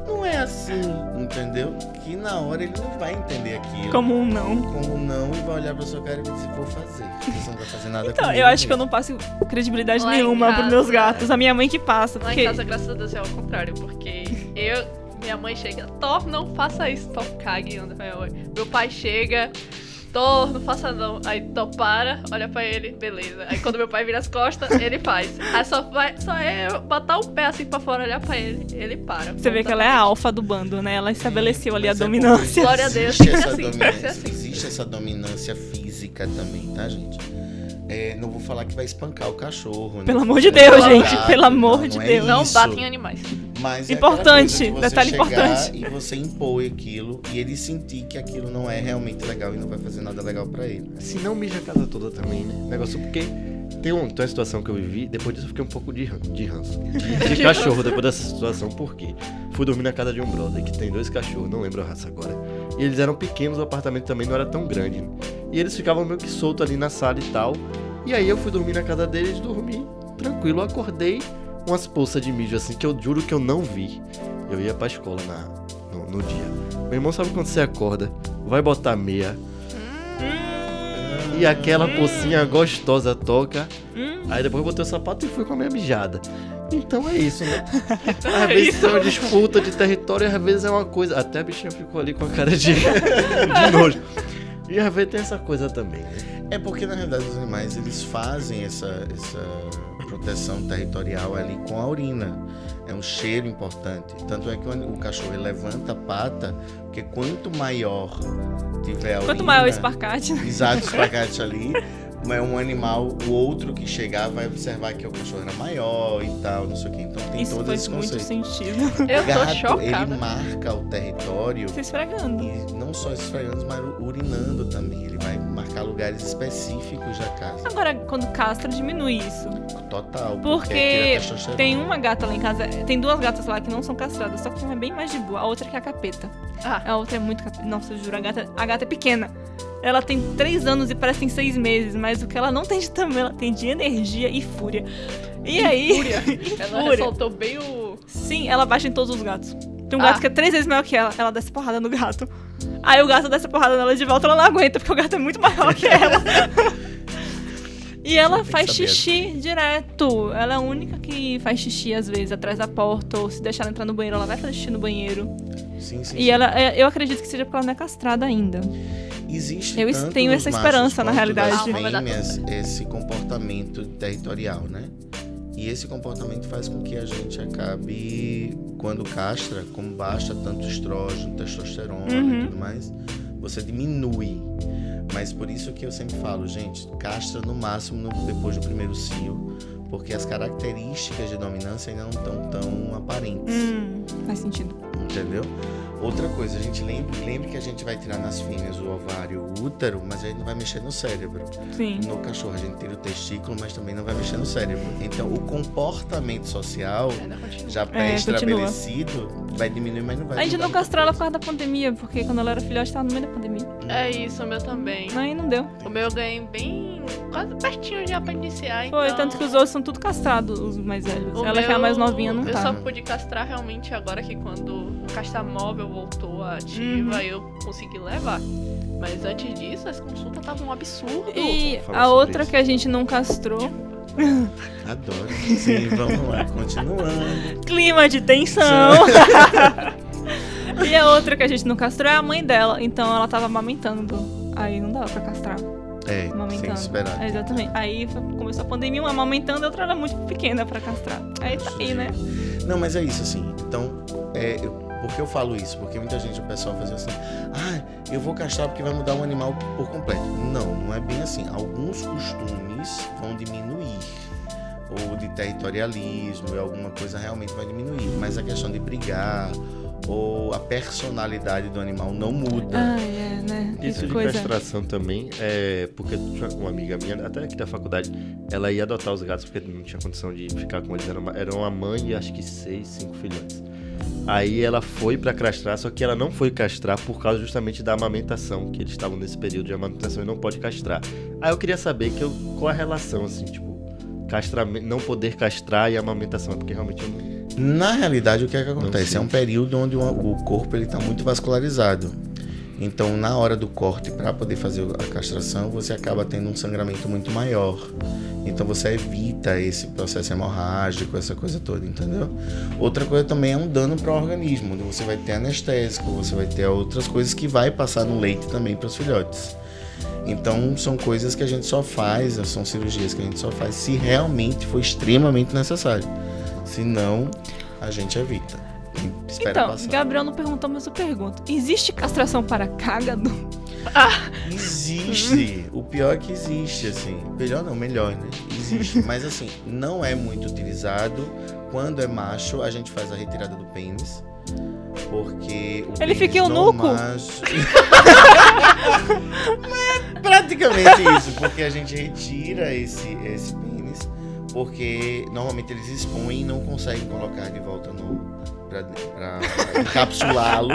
Não é assim, entendeu? Que na hora ele não vai entender aquilo. Como um não. como não e vai olhar pra sua cara e vai dizer, vou fazer. Você não vai fazer nada Então, comigo eu acho que eu mesmo. não passo credibilidade Lá em nenhuma pros casa, meus gatos. A minha mãe que passa, Lá porque em casa, graças a Deus, é o contrário, porque eu... Minha mãe chega, Thor, não faça isso, Thor, cague, anda pra minha mãe. Meu pai chega, Thor, não faça não. Aí Thor para, olha pra ele, beleza. Aí quando meu pai vira as costas, ele faz. Aí só, vai, só é eu botar o pé assim pra fora, olhar pra ele, ele para. é você vê que ela é a alfa do bando, né? Ela estabeleceu ali a Mas é dominância. porque Glória a Deus, existe tem que essa ser dominância, assim, tem que ser assim. Existe existe essa dominância física também, tá, gente? É, não vou falar que vai espancar o cachorro. né? Pelo amor de Deus, Não, gente. não, Pelo amor de é Deus. Não isso. batem em animais. Mas Importante, é aquela coisa de você detalhe chegar importante. E você impor aquilo e ele sentir que aquilo não é realmente legal e não vai fazer nada legal pra ele. Se não mija a casa toda também, né? Negócio porque tem, um- tem uma situação que eu vivi, depois disso eu fiquei um pouco de, ran- de ranço. De, de cachorro depois dessa situação, por quê? Fui dormir na casa de um brother que tem dois cachorros, não lembro a raça agora. E eles eram pequenos, o apartamento também não era tão grande. né? E eles ficavam meio que soltos ali na sala e tal. E aí eu fui dormir na casa deles, dormi tranquilo, acordei umas poças de mijo assim que eu juro que eu não vi. Eu ia pra escola na, no, no dia. Meu irmão sabe quando você acorda, vai botar meia, e aquela pocinha gostosa toca. Hum. Aí depois eu botei o sapato e fui com a minha mijada. Então é isso, né? Então Às é vezes isso. é uma disputa de território, às vezes é uma coisa. Até a bichinha ficou ali com a cara de, de nojo. E às vezes tem essa coisa também, né? É porque, na realidade, os animais eles fazem essa, essa proteção territorial ali com a urina. É um cheiro importante. Tanto é que o, o cachorro ele levanta a pata, porque quanto maior tiver a urina. Quanto maior o né? esparcate, Exato, o espacate ali. Mas um animal, o outro que chegar vai observar que o cachorro era maior e tal, não sei o quê. Então tem isso todo faz esse muito conceito. sentido. Eu O tô gato, ele chocada. marca o território Se esfregando. e não só esfregando, mas urinando também. Ele vai marcar lugares específicos da casa. Agora, quando castra, diminui isso. Total. é Porque tira testosterona. Tem um uma gata lá em casa, tem duas gatas lá que não são castradas, só que uma é bem mais de boa, a outra que é a capeta. Ah, A outra é muito capeta. Nossa, eu juro, a gata, a gata é pequena. Ela tem três anos e parece que tem seis meses, mas o que ela não tem de tamanho, ela tem de energia e fúria. E aí. fúria. Ela fúria. soltou bem o. Sim, ela bate em todos os gatos. Tem um Ah. gato que é três vezes maior que ela, ela desce porrada no gato. Aí o gato desce porrada nela de volta, ela não aguenta, porque o gato é muito maior que ela. E ela Tem que faz saber. xixi direto. Ela é a única que faz xixi, às vezes, atrás da porta, ou se deixar ela entrar no banheiro, ela vai fazer xixi no banheiro. Sim, sim, E sim. ela, é- eu acredito que seja porque ela não é castrada ainda. Existe Eu tanto tenho nos essa machos esperança, na quanto das realidade. Alma da fêmeas, esse comportamento territorial, né? E esse comportamento faz com que a gente acabe, quando castra, como baixa tanto estrógeno, testosterona Uhum. e tudo mais, você diminui. Mas por isso que eu sempre falo, gente, castra no máximo no- depois do primeiro cio, porque as características de dominância ainda não estão tão aparentes. Hum, faz sentido. Entendeu? Outra coisa, a gente lembra, lembre que a gente vai tirar nas fêmeas o ovário o útero, mas a gente não vai mexer no cérebro. Sim. No cachorro a gente tira o testículo, mas também não vai mexer no cérebro. Então o comportamento social Ainda continua. já pré-estabelecido vai diminuir, mas não vai É, A gente mudar não muita castrou ela por coisa. causa da pandemia, porque quando ela era filhote, tava no meio da pandemia. É isso, o meu também. Aí não deu. O meu eu ganhei bem. quase pertinho já pra iniciar. Foi, então... tanto que os outros são tudo castrados, os mais velhos. O Ela que é a meu- mais novinha não Eu tá. só pude castrar realmente agora que quando o castrar móvel voltou à ativa, Uhum. eu consegui levar. Mas antes disso, as consultas estavam um absurdo. E Fala a sobre outra isso. que a gente não castrou. Adoro. Sim, vamos lá, continuando. Clima de tensão! e a outra que a gente não castrou é a mãe dela. Então ela tava amamentando. Aí não dava pra castrar. É, sem Amamentando. esperar. É, exatamente. Aí foi- começou a pandemia, uma amamentando e a outra era muito pequena pra castrar. Aí tá aí, né? Não, mas é isso assim. Então, é, eu, por que eu falo isso? Porque muita gente, o pessoal faz assim, ah, eu vou castrar porque vai mudar o animal por completo. Não, não é bem assim. Alguns costumes vão diminuir. Ou de territorialismo, e alguma coisa realmente vai diminuir. Mas a questão de brigar, ou a personalidade do animal não muda. Ah, é, né? Isso que de coisa. castração também é porque tinha uma amiga minha, até aqui da faculdade, ela ia adotar os gatos porque não tinha condição de ficar com eles. Era uma, era uma mãe e acho que seis, cinco filhotes. Aí ela foi pra castrar, só que ela não foi castrar por causa justamente da amamentação, que eles estavam nesse período de amamentação e não pode castrar. Aí eu queria saber que eu- qual a relação, assim, tipo, castrame- não poder castrar e amamentação, é porque realmente eu não. Na realidade, o que é que acontece? sei. É um período onde o o corpo ele está muito vascularizado. Então, na hora do corte, para poder fazer a castração, você acaba tendo um sangramento muito maior. Então, você evita esse processo hemorrágico, essa coisa toda, entendeu? Outra coisa também é um dano para o organismo. onde Você vai ter anestésico, você vai ter outras coisas que vai passar no leite também para os filhotes. Então, são coisas que a gente só faz, são cirurgias que a gente só faz se realmente for extremamente necessário. Se não, a gente evita. Espera Então, passar. Gabriel não perguntou, mas eu pergunto. Existe castração para cágado? Existe. O pior é que existe, assim. Melhor não, melhor, né? Existe. Mas assim, não é muito utilizado. Quando é macho, a gente faz a retirada do pênis. Porque. O Ele pênis fica do eunuco? macho- Mas é praticamente isso. Porque a gente retira esse, esse pênis. Porque normalmente eles expõem e não conseguem colocar de volta no. Pra, pra encapsulá-lo.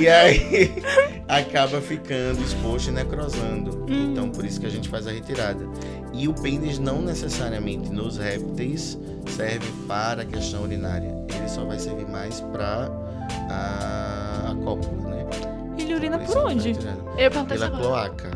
e aí acaba ficando exposto e necrosando. Hum. Então, por isso que a gente faz a retirada. E o pênis não necessariamente nos répteis serve para a questão urinária. Ele só vai servir mais para a, a cópula, né? Ele urina isso por que a gente onde? Tá vai tirando. Eu ia perguntar isso Pela agora. cloaca.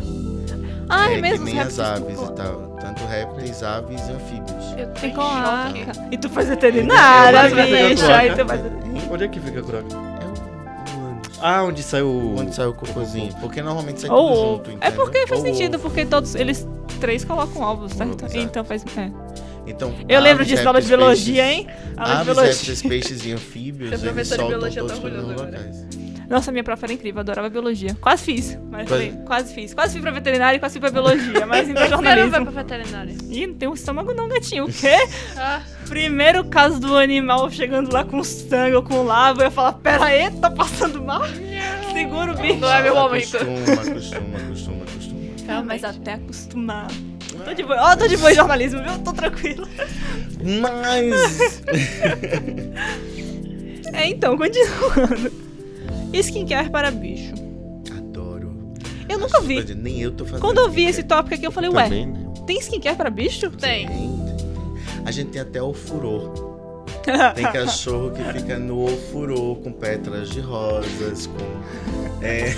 Ah, é que mesmo? os nem as répteis têm aves clo- e tal. Tanto répteis, aves e anfíbios. Eu Tem tenho choque. cloaca. E tu faz veterinária, Eu faço bicho. cloaca. Aí tu faz... Onde é que fica a curaca? É o ânus. Ah, onde saiu o... Onde sai o cocôzinho. Porque normalmente sai tudo Ou junto, ovo. É entendeu? porque faz Ou sentido, ovo. porque todos eles três colocam ovos, certo? Exato. Então faz. é. Ah, Então, Eu lembro de aves, escola de répteis, biologia, peixes. hein? Aula de Aves, biologia. répteis, peixes e é, anfíbios, Minha eles Ah, professora de soltam biologia tá todos pelos orgulhosa agora. locais. Nossa, minha prof era incrível, adorava biologia. Quase fiz, mas Quase- falei, quase fiz. Quase fui pra veterinária e quase fui pra biologia, mas ainda Eu quero vai jornalismo. pra veterinária. Ih, não tem um estômago não, gatinho. O quê? Ah, Primeiro caso do animal chegando lá com sangue ou com lava, eu ia falar, pera aí, tá passando mal? Segura o bicho. Não é meu momento. Acostuma, acostuma, acostuma, acostuma. Ah, mas até acostumar. é? Tô de boa, ó, tô de boa em jornalismo, viu? Tô tranquila. Mas É, então, continuando. Skincare para bicho. adoro. Eu nunca vi. Nem eu tô fazendo. Quando eu vi esse tópico aqui, eu falei, ué, Também, né? tem skincare para bicho? tem. A gente tem até o furor. Tem cachorro que fica no ofurô com pétalas de rosas, com. é,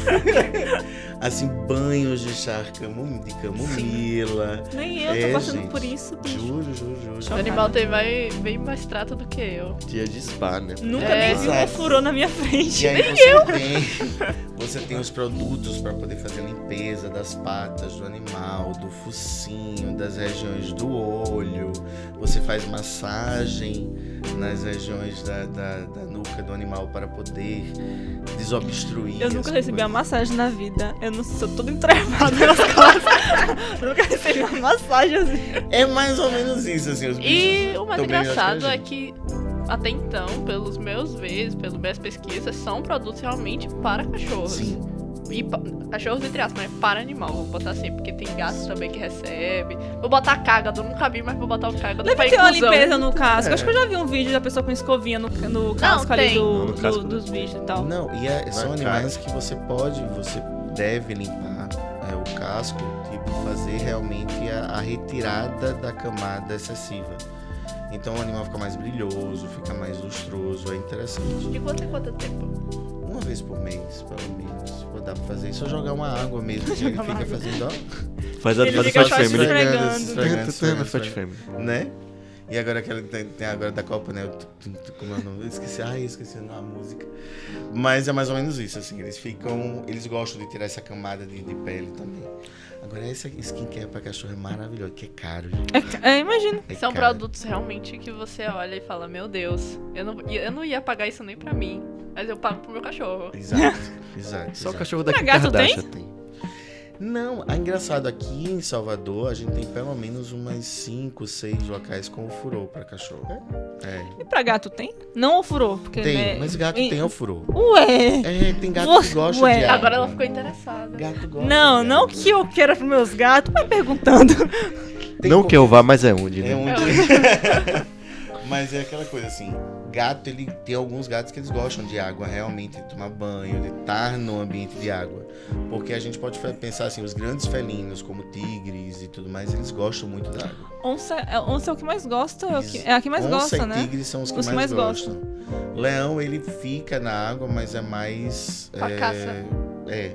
assim, banhos de chá camom- de camomila. Nem eu É, tô passando gente. por isso. Juro, juro, juro. O animal tem vai, bem mais trato do que eu. Dia de spa, né? Nunca É, nem vi um exato. furô na minha frente. E aí você tem, você tem os produtos para poder fazer a limpeza das patas do animal, do focinho, das regiões do olho. Você faz massagem nas regiões da, da- da nuca do animal para poder desobstruir. Eu nunca as recebi uma coisas. massagem na vida. Eu não sou toda entrevada nas costas. Eu nunca recebi uma massagem assim. É mais ou menos isso, assim, os bichos. E o mais Tão bem engraçado é melhor que, até então, pelos meus vezes, pelas minhas pesquisas, são produtos realmente para cachorros. Sim. E pa- cachorros entre aspas, mas para animal, vou botar assim, porque tem gatos também que recebe. Vou botar cágado, nunca vi, mas vou botar o cágado Deve pra ter uma inclusão. né? limpeza no casco. É. Acho que eu já vi um vídeo da pessoa com escovinha no, no casco ali tem. do, Não, no do- casco, né? dos bichos e tal. Não, e é- são Marcado. animais que você pode, você deve limpar é, o casco, tipo, fazer realmente a, a retirada da camada excessiva. Então o animal fica mais brilhoso, fica mais lustroso, é interessante. De quanto em quanto tempo? Uma vez por mês, pelo menos, vou dar pra fazer. Só jogar uma água mesmo, que ele Jogar uma fica água. fazendo, Faz a Ele faz a fica Fat só Family. esfregando. Esfregando, esfregando, Fat esfregando. ó, Family. né? E agora aquela que tem, tem agora da Copa, né? Eu tu- tu- tu- Como é o nome? Eu esqueci, ai, eu esqueci o nome da música. Mas é mais ou menos isso, assim. Eles ficam. Eles gostam de tirar essa camada de, de pele também. Agora, essa skincare pra cachorro é maravilhosa, que é caro. gente. É, é, imagina. É São caro. produtos realmente que você olha e fala, meu Deus, eu não, eu não ia pagar isso nem pra mim, mas eu pago pro meu cachorro. Exato, exato. Só o exato. cachorro da Pra gato Kardashian tem. Não, é engraçado, aqui em Salvador a gente tem pelo menos umas 5, 6 locais com o furô pra cachorro. É. E pra gato tem? Não o furô, porque né, Tem, mas gato em- tem o furô. Ué! É, tem gato Você- que gosta Ué. de água. Agora ela ficou interessada. Gato gosta Não, de não água. que eu queira pros meus gatos, mas perguntando. Tem não co- que eu vá, mas é onde, um- né? É um onde... Mas é aquela coisa assim, gato, ele tem alguns gatos que eles gostam de água, realmente, de tomar banho, de estar no ambiente de água. Porque a gente pode fe- pensar assim, os grandes felinos, como tigres e tudo mais, eles gostam muito da água. Onça, é- onça é o que mais gosta, é, o que, é a que mais Onça gosta, e né? tigres são os que mais, gostam. Leão, ele fica na água, mas é mais... Pra é, caça. É.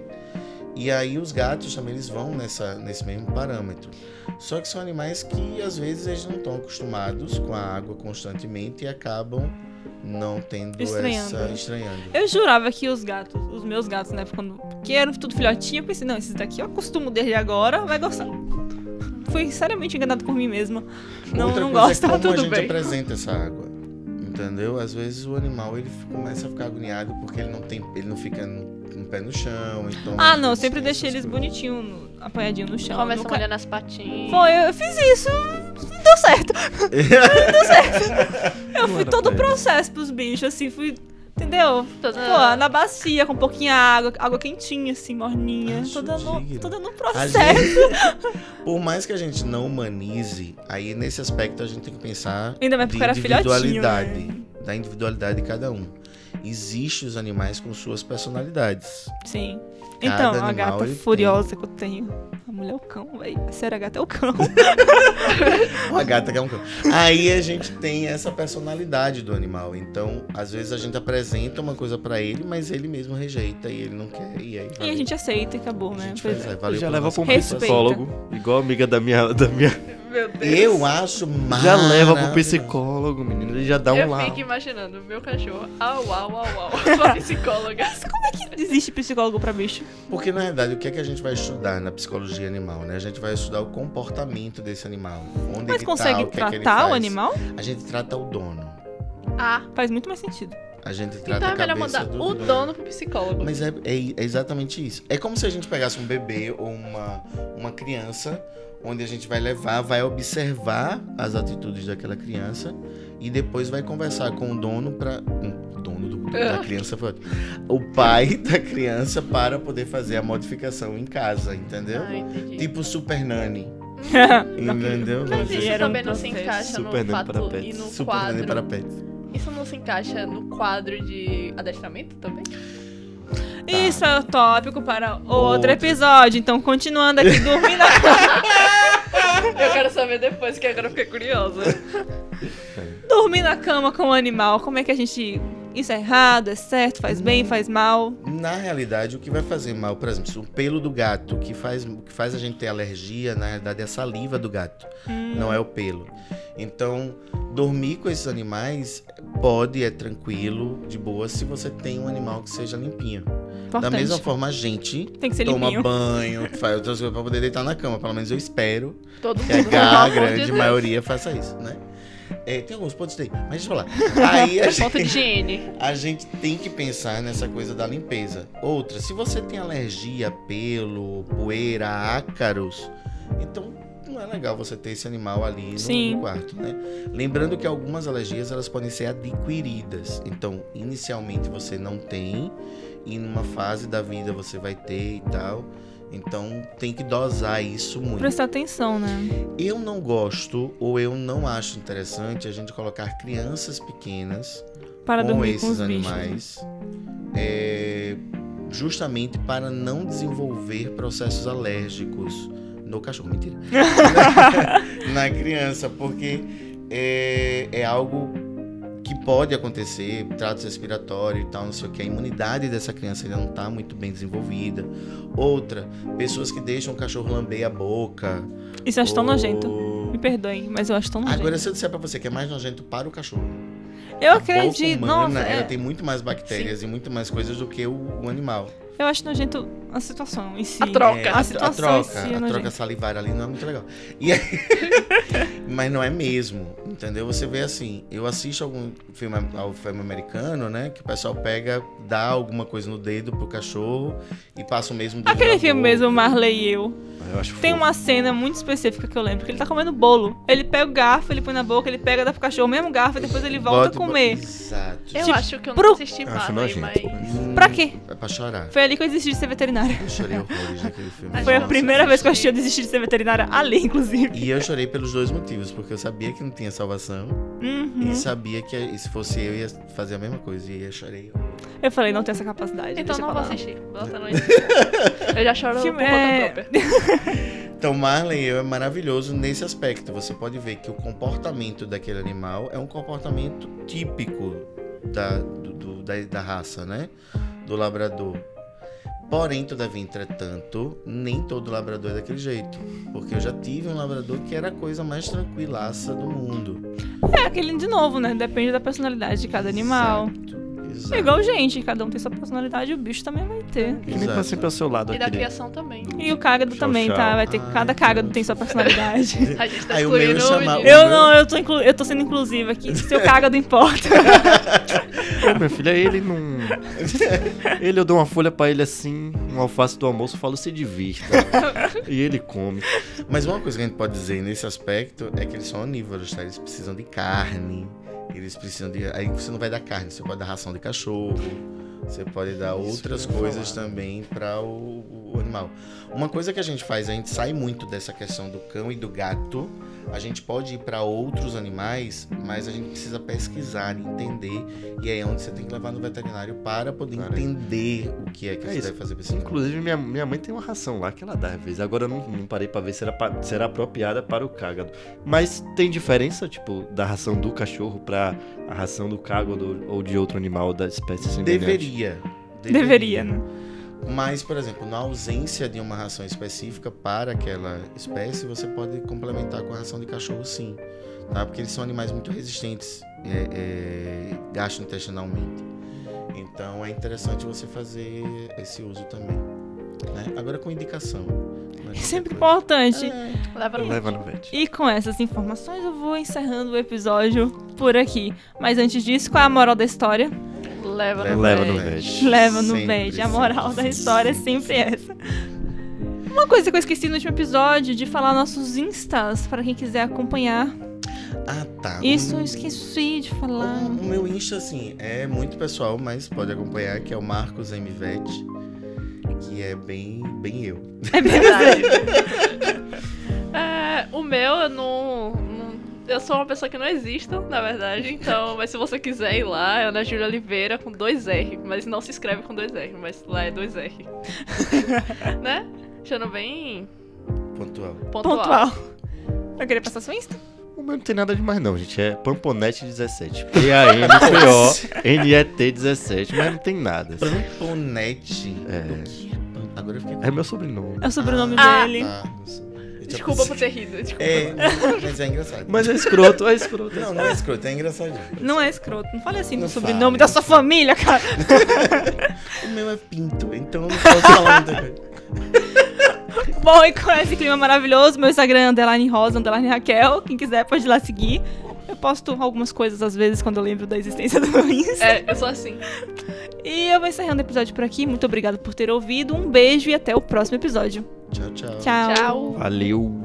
E aí os gatos também, eles vão nessa, nesse mesmo parâmetro. Só que são animais que, às vezes, eles não estão acostumados com a água constantemente e acabam não tendo Estranhando. essa... Estranhando. Eu jurava que os gatos, os meus gatos, né, quando que eram tudo filhotinho, eu pensei, não, esses daqui eu acostumo desde agora, vai gostar. Fui seriamente enganado por mim mesma. Não, Outra não coisa é gosta, como tudo a gente bem. apresenta essa água. entendeu? Às vezes o animal ele f- começa a ficar agoniado porque ele não tem, ele não fica no, com o pé no chão, então. Ah, às não, eu vezes sempre tem deixei essas eles coisas. bonitinhos, no- apoiadinhos no chão. Começa a Nunca- molhar nas patinhas. Foi, eu fiz isso, não deu certo. Não deu certo. Eu Não fui era todo o pra eles. processo pros bichos, assim, fui. Entendeu? Toda... Pô, na bacia, com pouquinha água, água quentinha, assim, morninha. Acho Tô dando, digno. tô dando um A processo. gente- por mais que a gente não humanize, aí nesse aspecto a gente tem que pensar Ainda mais de porque eu era filhotinho. individualidade, Né? da individualidade de cada um. Existem os animais com suas personalidades. Sim. Cada Então, a animal, é gata ele tem. furiosa que eu tenho. A mulher é o cão, véi. Sério, a gata é o cão. Uma gata que é um cão. Aí a gente tem essa personalidade do animal. Então, às vezes a gente apresenta uma coisa pra ele, mas ele mesmo rejeita e ele não quer. E aí. E a valeu. gente aceita e acabou, A né? gente Pois faz, é. aí, valeu já pela leva nossa pra um Respeita. psicólogo, igual a amiga da minha, da minha. Meu Deus. Eu ah, acho maravilhoso. Já leva pro psicólogo, menino. Ele já dá um eu lá. fico imaginando, meu cachorro, au, au, au, au, sua psicóloga. Existe psicólogo pra bicho. Porque na verdade, o que é que a gente vai estudar na psicologia animal, né? A gente vai estudar o comportamento desse animal. Onde Mas ele consegue tá, o que é que ele tratar o faz. animal? A gente trata o dono. Ah, Faz muito mais sentido. A gente trata então a é melhor cabeça mandar do o dono pro psicólogo. Mas é, é- é exatamente isso. É como se a gente pegasse um bebê ou uma, uma criança, onde a gente vai levar, vai observar as atitudes daquela criança e depois vai conversar com o dono para o dono do- da criança, foi ótimo. o pai da criança para poder fazer a modificação em casa, entendeu? Ah, entendi. Tipo super nani, Tá. entendeu? Mas Mas isso era um também não se processo. encaixa Super no Nani para fato e pets. no super nani quadro. para pets. Isso não se encaixa no quadro de adestramento também? Isso é o tópico para outro, Outro. episódio. Então, continuando aqui, dormindo na Eu quero saber depois, que agora eu fiquei curiosa. dormir na cama com o animal, como é que a gente. Isso é errado, é certo, faz bem, faz mal. Na realidade, o que vai fazer mal, por exemplo, se o pelo do gato, que faz, o que faz a gente ter alergia, na realidade é a saliva do gato, Hum. não é o pelo. Então, dormir com esses animais pode, é tranquilo, de boa, se você tem um animal que seja limpinho. Da Importante. mesma forma, a gente Tem que ser toma limpinho. banho, faz outras coisas pra poder deitar na cama. Pelo menos eu espero Todo que é a mundo. ga- a pelo amor de grande Deus. maioria faça isso, né? É, tem alguns pontos daí, mas deixa eu falar. Aí a gente Ponto de higiene. a gente tem que pensar nessa coisa da limpeza. Outra, se você tem alergia, pelo, poeira, ácaros, então não é legal você ter esse animal ali no- Sim. no quarto, né? Lembrando que algumas alergias elas podem ser adquiridas. Então, inicialmente você não tem e numa fase da vida você vai ter e tal. Então, tem que dosar isso muito. Prestar atenção, né? Eu não gosto ou eu não acho interessante a gente colocar crianças pequenas Para com dormir com esses os bichos. né? animais, é, justamente para não desenvolver processos alérgicos no cachorro, mentira, na criança, porque é, é algo que pode acontecer, trato respiratório e tal, não sei o que, a imunidade dessa criança ainda não está muito bem desenvolvida. Outra, pessoas que deixam o cachorro lamber a boca. Isso eu acho Então, tão ou- nojento. Me perdoem, mas eu acho tão nojento. Agora, se eu disser pra você que é mais nojento para o cachorro, eu a acredito. boca humana, Nossa, é. ela tem muito mais bactérias e muito mais coisas do que o, o animal. eu acho nojento a situação em si. A troca. É, A situação troca, em si é a nojenta. troca salivar ali não é muito legal. E aí- Mas não é mesmo, entendeu? Você vê assim, eu assisto algum filme, ao filme americano, né? Que o pessoal pega, dá alguma coisa no dedo pro cachorro e passa o mesmo dedo Aquele na filme boca. mesmo, Marley e eu. Eu acho Tem Tipo. fofo. uma cena muito específica que eu lembro, que ele tá comendo bolo. Ele pega o garfo, ele põe na boca, ele pega, dá pro cachorro o mesmo garfo, e depois ele volta Bota- a comer. Exato. Eu Tipo, acho que eu pro- não assisti Eu acho nada aí, nojento. mas... Pra quê? É pra chorar. Foi ali que eu desisti de ser veterinária. Eu chorei horrores naquele filme. Mas Foi a É Nossa. primeira vez que eu achei eu desisti de ser veterinária ali, inclusive. E eu chorei pelos dois motivos, porque eu sabia que não tinha salvação. Uhum. E sabia que eh, se fosse eu ia fazer a mesma coisa. E eu chorei. Eu falei, não tenho essa capacidade. Então deixa não pra vou lá. assistir. Bota no Eu já choro Filme por é- conta própria. Então, Marley e eu é maravilhoso nesse aspecto. Você pode ver que o comportamento daquele animal é um comportamento típico da, do- do- da, da raça, né? Do labrador. Porém, todavia, entretanto, nem todo labrador é daquele jeito. Porque eu já tive um labrador que era a coisa mais tranquilaça do mundo. É aquele de novo, né? Depende da personalidade de cada animal. Exato, Exato. É igual gente, cada um tem sua personalidade e o bicho também vai ter. Que nem tá Exato. sempre ao seu lado. né? E da aquele- criação também. E o cágado Tchau, também, tchau. tá? Vai ter, Ai, cada que cágado nojo. tem sua personalidade. A gente tá Aí o meu excluindo ia chamar o... eu não, eu tô, inclu- eu tô sendo inclusiva aqui. Seu cágado importa. Ô, minha filha, ele não. ele, eu dou uma folha pra ele assim, um alface do almoço, eu falo, se divirta. e ele come. Mas uma coisa que a gente pode dizer nesse aspecto é que eles são onívoros, tá? Eles precisam de carne, eles precisam de. Aí você não vai dar carne, você pode dar ração de cachorro, você pode dar Isso outras que eu ia coisas falar. também para o, o animal. Uma coisa que a gente faz, a gente sai muito dessa questão do cão e do gato. A gente pode ir para outros animais, mas a gente precisa pesquisar, entender. E aí é onde você tem que levar no veterinário para poder Cara, entender o que é que é você isso. deve fazer pra esse animal. Inclusive, minha, minha mãe tem uma ração lá que ela dá às vezes. Agora eu não, não parei pra ver se era, pa- se era apropriada para o cágado. Mas tem diferença, tipo, da ração do cachorro pra a ração do cágado ou de outro animal da espécie semelhante? Deveria. Deveria, né? Mas, por exemplo, na ausência de uma ração específica para aquela espécie, você pode complementar com a ração de cachorro, sim. Tá? Porque eles são animais muito resistentes é, é, gastrointestinalmente. Então, é interessante você fazer esse uso também. né? Agora, com indicação. né? É sempre Qualquer importante. coisa. Leva no... Leva no vet. E com essas informações eu vou encerrando o episódio por aqui. Mas antes disso, qual é a moral da história? Leva É. no... Leva no vet. vet. Leva no Sempre, beijo. A moral sempre, da história é sempre essa. Uma coisa que eu esqueci no último episódio de falar nossos instas para quem quiser acompanhar. Ah, tá. Isso eu esqueci de falar. O, o meu Insta, assim, é muito pessoal, mas pode acompanhar, que é o Marcos Mvete, que é bem, bem eu. É, o meu, eu não, não- Eu sou uma pessoa que não existo, na verdade. Então, mas se você quiser ir lá, é Ana Júlia Oliveira com dois R. Mas não se escreve com dois R, mas lá é dois R. né? Achando bem Pontual. pontual. Pontual. Eu queria passar seu Insta? O meu não tem nada demais, não, gente. É Pamponete17. P-A-M-P-O-N-E-T-17. Mas não tem nada. Pamponete. É. O que é pam- Agora eu fiquei É meu sobrenome. É o sobrenome Ah. dele. Ah, eu tinha Desculpa por pensado- ter rido. Desculpa. É, mas é engraçado. Mas é escroto, é escroto. Não, não é escroto, é engraçadinho. Não é escroto. Não fale assim do Não sobrenome fale. da sua família, cara. O meu é pinto, então eu não posso falar muita coisa. Bom, e com esse clima maravilhoso, meu Instagram é underline rosa, underline Raquel. Quem quiser pode ir lá seguir. Eu posto algumas coisas às vezes quando eu lembro da existência do meu Insta. É, eu sou assim. E eu vou encerrando o episódio por aqui. Muito obrigada por ter ouvido. Um beijo e até o próximo episódio. Tchau, tchau. Tchau. Valeu.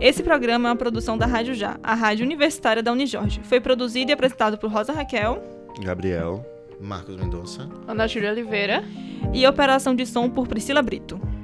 Esse programa é uma produção da Rádio Já, a rádio universitária da Unijorge. Foi produzido e apresentado por Rosa Raquel Gabriel. Marcos Mendonça. Ana Júlia Oliveira. e a operação de som por Priscila Brito.